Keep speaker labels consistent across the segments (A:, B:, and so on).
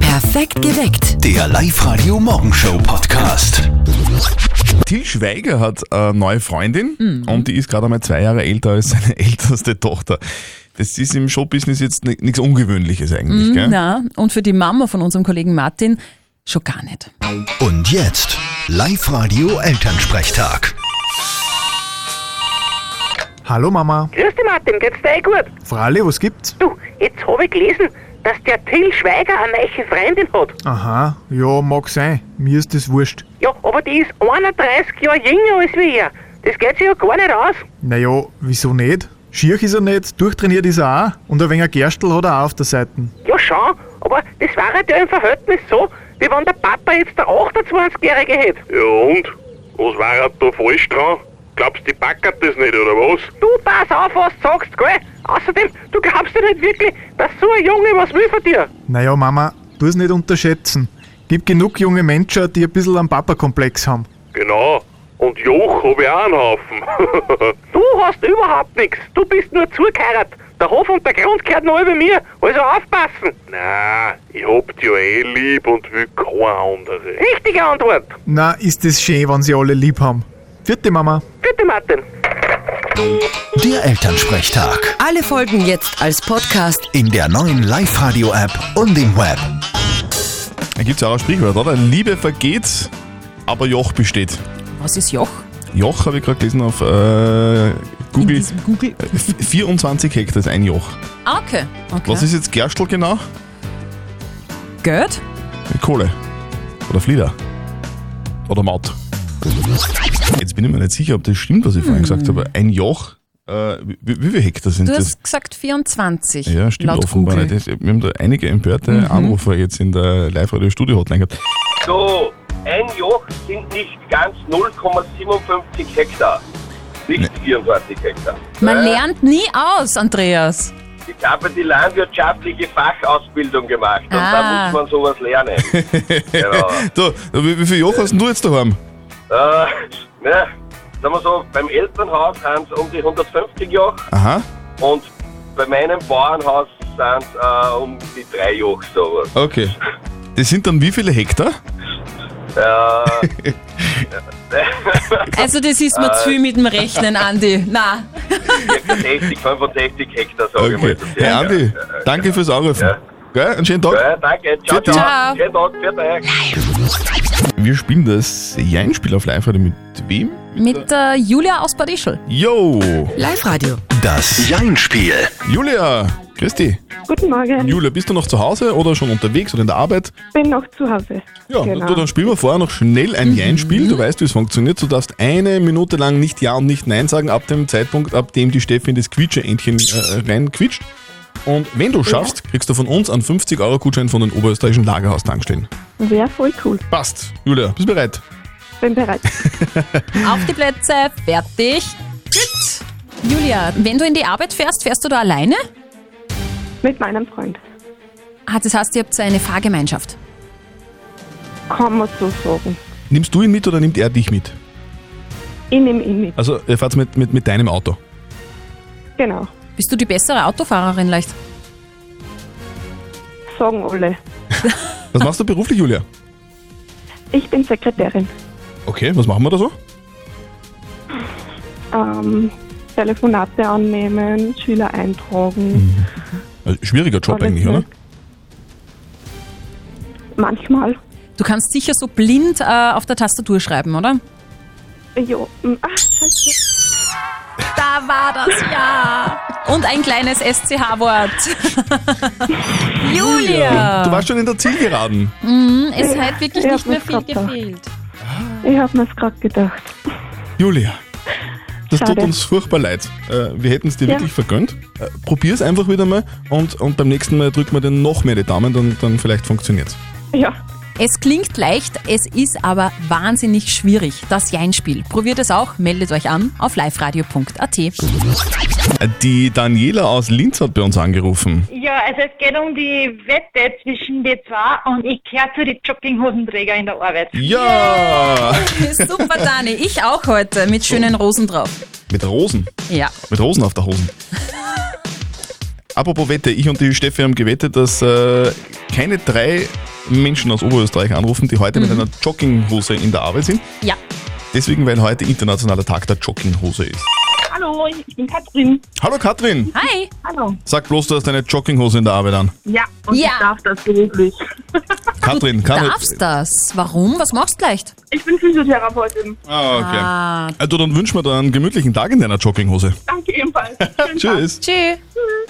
A: Perfekt geweckt.
B: Der Live-Radio Morgenshow Podcast.
C: Til Schweiger hat eine neue Freundin
D: Mhm.
C: und die ist gerade einmal zwei Jahre älter als seine älteste Tochter. Das ist im Showbusiness jetzt ni- nichts Ungewöhnliches
D: Mhm,
C: eigentlich, gell?
D: Na, und für die Mama von unserem Kollegen Martin schon gar nicht.
B: Und jetzt Live-Radio Elternsprechtag.
E: Hallo Mama.
F: Grüß dich, Martin, geht's dir eh gut?
E: Fralli, was gibt's?
F: Du, jetzt habe ich gelesen, dass der Till Schweiger eine neue Freundin hat.
E: Aha, ja, mag sein. Mir ist das wurscht.
F: Ja, aber die ist 31 Jahre jünger als wir. er. Das geht sich ja gar nicht aus.
E: Naja, wieso nicht? Schier ist er nicht, durchtrainiert ist er auch und ein wenig ein Gerstl hat er auch auf der Seite.
F: Ja, schon, aber das war halt ja im Verhältnis so, wie wenn der Papa jetzt der 28-Jährige hätte.
G: Ja und? Was war er da falsch dran? Glaubst du, die packert das nicht, oder was?
F: Du pass auf, was du sagst, gell? Außerdem, du glaubst ja nicht wirklich, dass so ein Junge was will von dir.
E: Naja, Mama, tu es nicht unterschätzen. Gibt genug junge Menschen, die ein bisschen einen Papa-Komplex haben.
G: Genau. Und Joch habe ich auch einen Haufen.
F: Du hast überhaupt nichts. Du bist nur zugeheiratet. Der Hof und der Grund gehört noch über mir, also aufpassen.
G: Nein, ich hab dich ja eh lieb und will keine andere.
F: Richtige Antwort.
E: Na, ist das schön, wenn sie alle lieb haben. Vierte Mama.
F: Bitte, Martin.
B: Der Elternsprechtag.
A: Alle Folgen jetzt als Podcast.
B: In der neuen Live-Radio-App und im Web.
C: Da gibt es ja auch ein Sprichwort, oder? Liebe vergeht, aber Joch besteht.
D: Was ist Joch?
C: Joch habe ich gerade gelesen auf äh,
D: In
C: Google.
D: diesem Google.
C: F- 24 Hektar ist ein Joch.
D: Ah, Okay. okay.
C: Was ist jetzt Gerstl genau?
D: Geld?
C: Kohle. Oder Flieder. Oder Maut. Jetzt bin ich mir nicht sicher, ob das stimmt, was ich vorhin gesagt habe. Ein Joch, äh, wie, wie viel Hektar sind
D: Mhm. Du
C: das?
D: hast gesagt 24.
C: Ja, stimmt
D: laut
C: offenbar
D: Google.
C: nicht. Das- Wir haben da einige empörte Anrufer jetzt in der Live-Radio-Studio-Hotline gehabt.
H: So, ein Joch sind nicht ganz 0,57 Hektar. Nicht 24 Hektar.
D: Man lernt nie aus, Andreas.
H: Ich habe die landwirtschaftliche Fachausbildung gemacht und
D: Ah.
H: da muss man sowas lernen. genau.
C: Du, wie, wie viel Joch hast denn du jetzt daheim?
H: Äh, na, sagen wir so, beim Elternhaus sind es um die 150 Joch
C: Aha,
H: und bei meinem Bauernhaus sind es äh, um die drei Joch sowas.
C: okay. Das sind dann wie viele Hektar?
H: Äh,
D: Also das ist mir zu viel mit dem Rechnen, Andi. Na,
H: 60, 65 Hektar, sage ich mal.
C: Okay.
H: Das ist
C: Hey
H: ja-
C: Andi,
H: Ja, ja,
C: danke fürs Anrufen.
H: Ja.
C: Gell, einen schönen Tag.
H: Ja, danke. Ciao,
C: Vierte.
H: ciao.
D: Ciao.
H: Schönen Tag, viert euch.
C: Wir spielen das Jeinspiel auf live heute mit wem?
D: mit äh, Julia aus Bad Ischl.
C: Yo,
A: Live-Radio.
B: Das Jein-Spiel.
C: Julia, grüß dich.
I: Guten Morgen,
C: Julia, bist du noch zu Hause oder schon unterwegs oder in der Arbeit?
I: ich bin noch zu Hause.
C: Ja,
I: Genau.
C: du, dann spielen wir vorher noch schnell ein Jein-Spiel. Du weißt, wie es funktioniert. Du darfst eine Minute lang nicht Ja und nicht Nein sagen, ab dem Zeitpunkt, ab dem die Steffi in das Quietscheentchen äh, reinquietscht. Und wenn du schaffst, kriegst du von uns einen 50-Euro-Gutschein von den Oberösterreichischen Lagerhaus tankstellen.
I: Wäre voll cool.
C: Passt. Julia, bist du bereit?
I: Bin bereit.
D: Auf die Plätze, fertig. Gut. Julia, wenn du in die Arbeit fährst, fährst du da alleine?
I: Mit meinem Freund.
D: Ah, das heißt, ihr habt eine Fahrgemeinschaft.
I: Kann man so sagen.
C: Nimmst du ihn mit oder nimmt er dich mit?
I: Ich nehme ihn mit.
C: Also, er fährt mit, mit, mit deinem Auto.
I: Genau.
D: Bist du die bessere Autofahrerin leicht?
I: Sagen alle.
C: Was machst du beruflich, Julia?
I: Ich bin Sekretärin.
C: Okay, was machen wir da so?
I: Ähm, Telefonate annehmen, Schüler eintragen.
C: Also, schwieriger Job
I: alles
C: eigentlich, oder?
I: mögliche. Manchmal.
D: Du kannst sicher so blind äh, auf der Tastatur schreiben, oder?
I: Jo. m- Ach, Hm. Ah, scheiße.
D: Da war das ja. Und ein kleines SCH-Wort. Julia.
C: Du warst schon in der Zielgeraden.
D: Es hat wirklich
I: Ja,
D: nicht mehr
I: das
D: viel
I: klappt doch.
D: gefehlt.
I: Ich habe mir's grad gedacht.
C: Julia, das tut
I: Schade.
C: uns furchtbar leid. Äh, wir hätten es dir
I: Ja.
C: wirklich vergönnt. Äh, probier's einfach wieder mal und, und beim nächsten Mal drücken wir dir noch mehr die Daumen, dann, dann vielleicht funktioniert's.
I: Ja,
D: Es klingt leicht, es ist aber wahnsinnig schwierig. Das Jein-Spiel. Probiert es auch, meldet euch an auf liveradio.at.
C: Äh, Die Daniela aus Linz hat bei uns angerufen.
J: Ja, also es geht um die Wette zwischen die zwei und ich gehöre zu den Jogginghosenträger in der Arbeit.
C: Ja!
D: Super, Dani. Ich auch heute mit schönen Rosen drauf.
C: Mit Rosen.
D: Ja.
C: Mit Rosen auf der Hosen. Apropos Wette, ich und die Steffi haben gewettet, dass äh, keine drei Menschen aus Oberösterreich anrufen, die heute mit
I: Mhm.
C: einer Jogginghose in der Arbeit sind.
D: Ja.
C: Deswegen, weil heute internationaler Tag der Jogginghose ist.
I: Hallo, ich bin Katrin.
C: Hallo Katrin,
D: Hi.
I: Hallo.
C: sag bloß, du hast eine Jogginghose in der Arbeit an.
I: Ja, und
D: Ja.
I: ich darf das beruflich.
C: Katrin,
D: Du
C: kann
D: darfst das. Warum? Was machst du leicht?
I: Ich bin Physiotherapeutin.
C: Ah, okay.
D: Ah,
C: Äh, Du, dann wünschen wir dir einen gemütlichen Tag in deiner Jogginghose.
I: Danke ebenfalls. Schönen Tag.
C: Tschüss.
D: tschüss.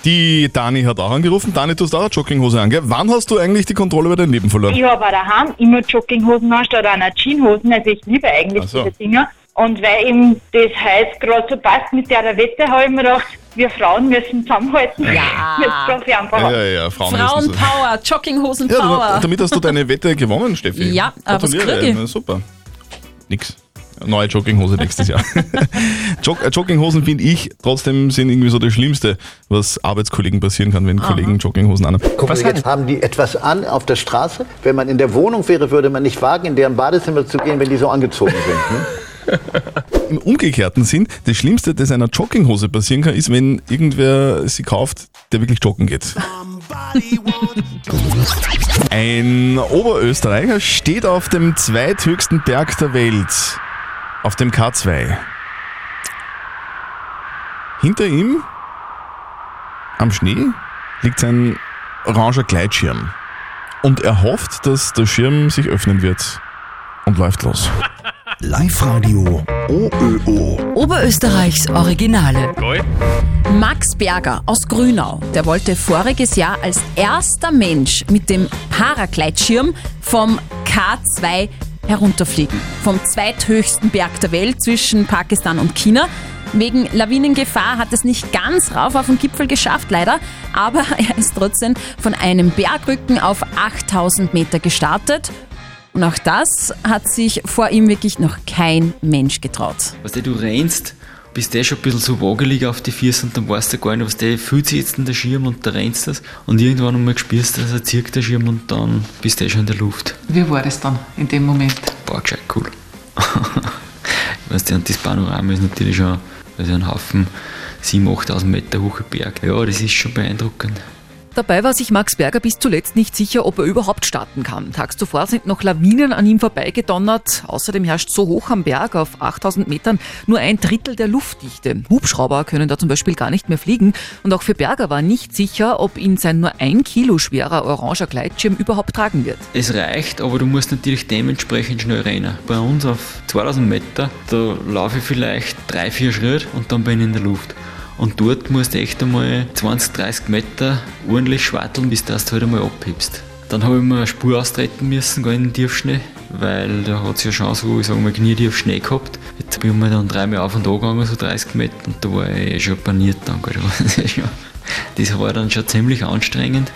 C: Die Dani hat auch angerufen. Dani, du hast auch eine Jogginghose an, gell? Wann hast du eigentlich die Kontrolle über dein Leben verloren?
J: Ich habe auch daheim immer Jogginghosen anstatt einer Jeanshosen, also ich liebe eigentlich
C: Ach so.
J: diese Dinger. Und weil eben das heiß gerade so passt mit der Wette, habe ich mir gedacht, wir Frauen müssen zusammenhalten.
D: Ja.
J: Das darf ich einfach.
C: Ja, ja, ja, Frauen wissen es.
D: Frauenpower, Jogginghosen
C: Ja, du,
D: Power.
C: damit hast du deine Wette gewonnen, Steffi.
D: Ja, aber was
C: Gratuliere.
D: krieg ich?
C: Na, Super. Nix. Neue Jogginghose nächstes Jahr. Jog äh, Jogginghosen finde ich trotzdem sind irgendwie so das Schlimmste, was Arbeitskollegen passieren kann, wenn Kollegen Jogginghosen anhaben.
K: Was jetzt haben die etwas an auf der Straße. Wenn man in der Wohnung wäre, würde man nicht wagen, in deren Badezimmer zu gehen, wenn die so angezogen sind. Ne?
C: Im umgekehrten Sinn, das Schlimmste, das einer Jogginghose passieren kann, ist, wenn irgendwer sie kauft, der wirklich joggen geht. Ein Oberösterreicher steht auf dem zweithöchsten Berg der Welt, auf dem K2. Hinter ihm, am Schnee, liegt sein oranger Gleitschirm. Und er hofft, dass der Schirm sich öffnen wird und läuft los.
B: Live-Radio OÖO.
A: Oberösterreichs Originale.
D: Max Berger aus Grünau, der wollte voriges Jahr als erster Mensch mit dem Paragleitschirm vom K2 herunterfliegen. Vom zweithöchsten Berg der Welt zwischen Pakistan und China. Wegen Lawinengefahr hat es nicht ganz rauf auf den Gipfel geschafft, leider. Aber er ist trotzdem von einem Bergrücken auf 8000 Meter gestartet. Und auch das hat sich vor ihm wirklich noch kein Mensch getraut.
L: Weißt du, du rennst, bist eh schon ein bisschen so wagelig auf die Füße und dann weißt du gar nicht, was der fühlt sich jetzt in der Schirm und da rennst das und irgendwann einmal spürst du, dass er zirkt der Schirm und dann bist du eh schon in der Luft.
M: Wie war das dann in dem Moment?
L: Boah, gescheit cool. weißt du, und das Panorama ist natürlich schon also ein Haufen 7.000, 8.000 Meter hoher Berg. Ja, das ist schon beeindruckend.
N: Dabei war sich Max Berger bis zuletzt nicht sicher, ob er überhaupt starten kann. Tags zuvor sind noch Lawinen an ihm vorbeigedonnert. Außerdem herrscht so hoch am Berg auf 8000 Metern nur ein Drittel der Luftdichte. Hubschrauber können da zum Beispiel gar nicht mehr fliegen. Und auch für Berger war nicht sicher, ob ihn sein nur ein Kilo schwerer oranger Gleitschirm überhaupt tragen wird.
L: Es reicht, aber du musst natürlich dementsprechend schnell rennen. Bei uns auf 2000 Meter, da laufe ich vielleicht 3-4 Schritte und dann bin ich in der Luft. Und dort musst du echt einmal 20, 30 Meter ordentlich schwatteln, bis das du halt einmal abhebst. Dann habe ich mir eine Spur austreten müssen, gar in den Tiefschnee, weil da hat es ja schon so, ich sage mal, Knietiefschnee gehabt. Jetzt bin ich mir dann dreimal auf und an gegangen, so 30 Meter, und da war ich eh schon paniert dann. gell. Das war dann schon ziemlich anstrengend.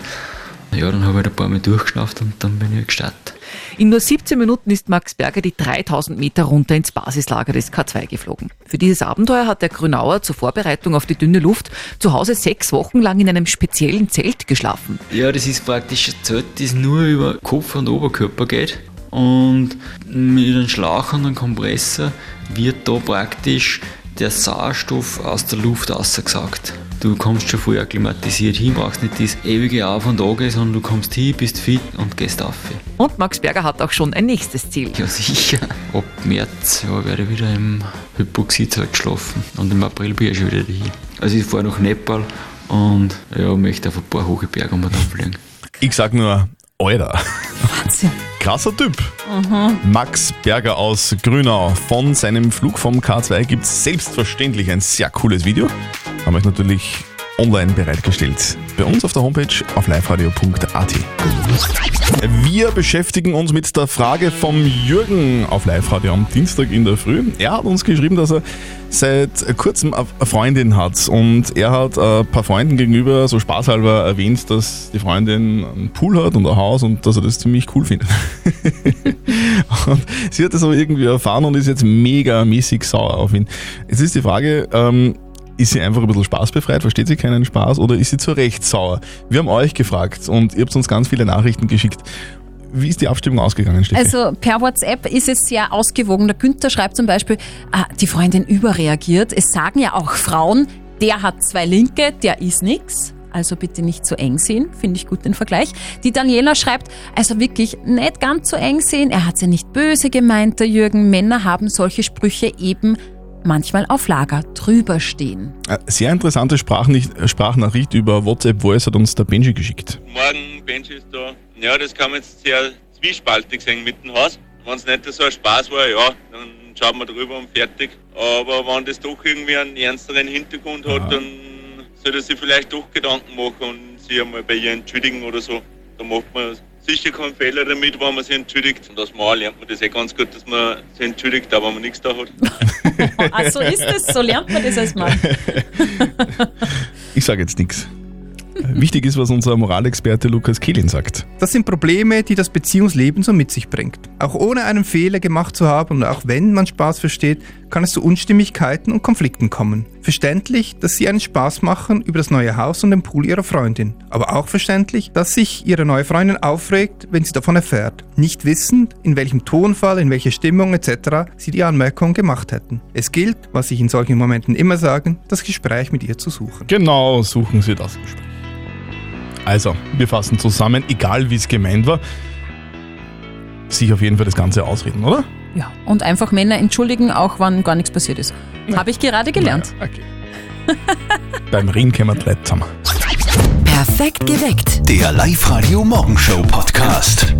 L: Ja, dann habe ich halt ein paar Mal durchgeschnauft und dann bin ich gestartet.
N: In nur 17 Minuten ist Max Berger die 3000 Meter runter ins Basislager des K2 geflogen. Für dieses Abenteuer hat der Grünauer zur Vorbereitung auf die dünne Luft zu Hause sechs Wochen lang in einem speziellen Zelt geschlafen.
L: Ja, das ist praktisch ein Zelt, das nur über Kopf und Oberkörper geht. Und mit einem Schlauch und einem Kompressor wird da praktisch der Sauerstoff aus der Luft rausgesaugt. Du kommst schon vorher akklimatisiert hin, brauchst nicht das ewige Auf und Tage, sondern du kommst hin, bist fit und gehst auf.
N: Und Max Berger hat auch schon ein nächstes Ziel.
L: Ja, sicher. Ab März ja, werde ich wieder im Hypoxiezeit geschlafen und im April bin ich schon wieder hier. Also ich fahre nach Nepal und ja, möchte auf ein paar hohe Berge mal fliegen.
C: Ich sag nur, Alter.
D: Wahnsinn.
C: Krasser Typ.
D: Mhm.
C: Max Berger aus Grünau. Von seinem Flug vom K2 gibt es selbstverständlich ein sehr cooles Video. Haben wir euch natürlich online bereitgestellt. Bei uns auf der Homepage auf liveradio.at. Wir beschäftigen uns mit der Frage vom Jürgen auf Live-Radio am Dienstag in der Früh. Er hat uns geschrieben, dass er seit kurzem eine Freundin hat und er hat äh, ein paar Freunden gegenüber so spaßhalber erwähnt, dass die Freundin einen Pool hat und ein Haus und dass er das ziemlich cool findet. Und sie hat das aber irgendwie erfahren und ist jetzt mega mäßig sauer auf ihn. Jetzt ist die Frage, ähm, ist sie einfach ein bisschen spaßbefreit, versteht sie keinen Spaß oder ist sie zu Recht sauer? Wir haben euch gefragt und ihr habt uns ganz viele Nachrichten geschickt. Wie ist die Abstimmung ausgegangen, Steffi?
D: Also per WhatsApp ist es sehr ausgewogen. Der Günther schreibt zum Beispiel, ah, die Freundin überreagiert. Es sagen ja auch Frauen, der hat zwei Linke, der ist nix. also bitte nicht zu eng sehen. Finde ich gut den Vergleich. Die Daniela schreibt, also wirklich nicht ganz so eng sehen. Er hat sie nicht böse gemeint, der Jürgen. Männer haben solche Sprüche eben manchmal auf Lager drüber stehen.
C: Äh, Sehr interessante Sprachnicht- äh, Sprachnachricht über WhatsApp Voice hat uns der Benji geschickt.
O: Morgen, Benji ist da. Ja, das kann man jetzt sehr zwiespaltig sehen mit dem Haus. Wenn es nicht so ein Spaß war, ja, dann schauen wir drüber und fertig. Aber wenn das doch irgendwie einen ernsteren Hintergrund hat, dann sollte sie vielleicht doch Gedanken machen und sich einmal bei ihr entschuldigen oder so. Da macht man sicher keinen Fehler damit, wenn man sich entschuldigt. Und aus Mal lernt man das eh ganz gut, dass man sich entschuldigt, auch wenn man nichts da hat.
D: Ah, so ist es, so lernt man das als Mann.
C: Ich sage jetzt nichts. Wichtig ist, was unser Moralexperte Lukas Kehlin sagt.
P: Das sind Probleme, die das Beziehungsleben so mit sich bringt. Auch ohne einen Fehler gemacht zu haben und auch wenn man Spaß versteht, kann es zu Unstimmigkeiten und Konflikten kommen. Verständlich, dass sie einen Spaß machen über das neue Haus und den Pool ihrer Freundin. Aber auch verständlich, dass sich ihre neue Freundin aufregt, wenn sie davon erfährt. Nicht wissend, in welchem Tonfall, in welcher Stimmung etc. sie die Anmerkung gemacht hätten. Es gilt, was ich in solchen Momenten immer sagen, das Gespräch mit ihr zu suchen.
C: Genau, suchen Sie das Gespräch. Also, wir fassen zusammen, egal wie es gemeint war. Sich auf jeden Fall das Ganze ausreden, oder?
D: Ja, und einfach Männer entschuldigen, auch wann gar nichts passiert ist. Habe ich gerade gelernt.
C: Beim Reden können wir gleich zusammen.
A: Perfekt geweckt.
B: Der Live-Radio Morgenshow Podcast.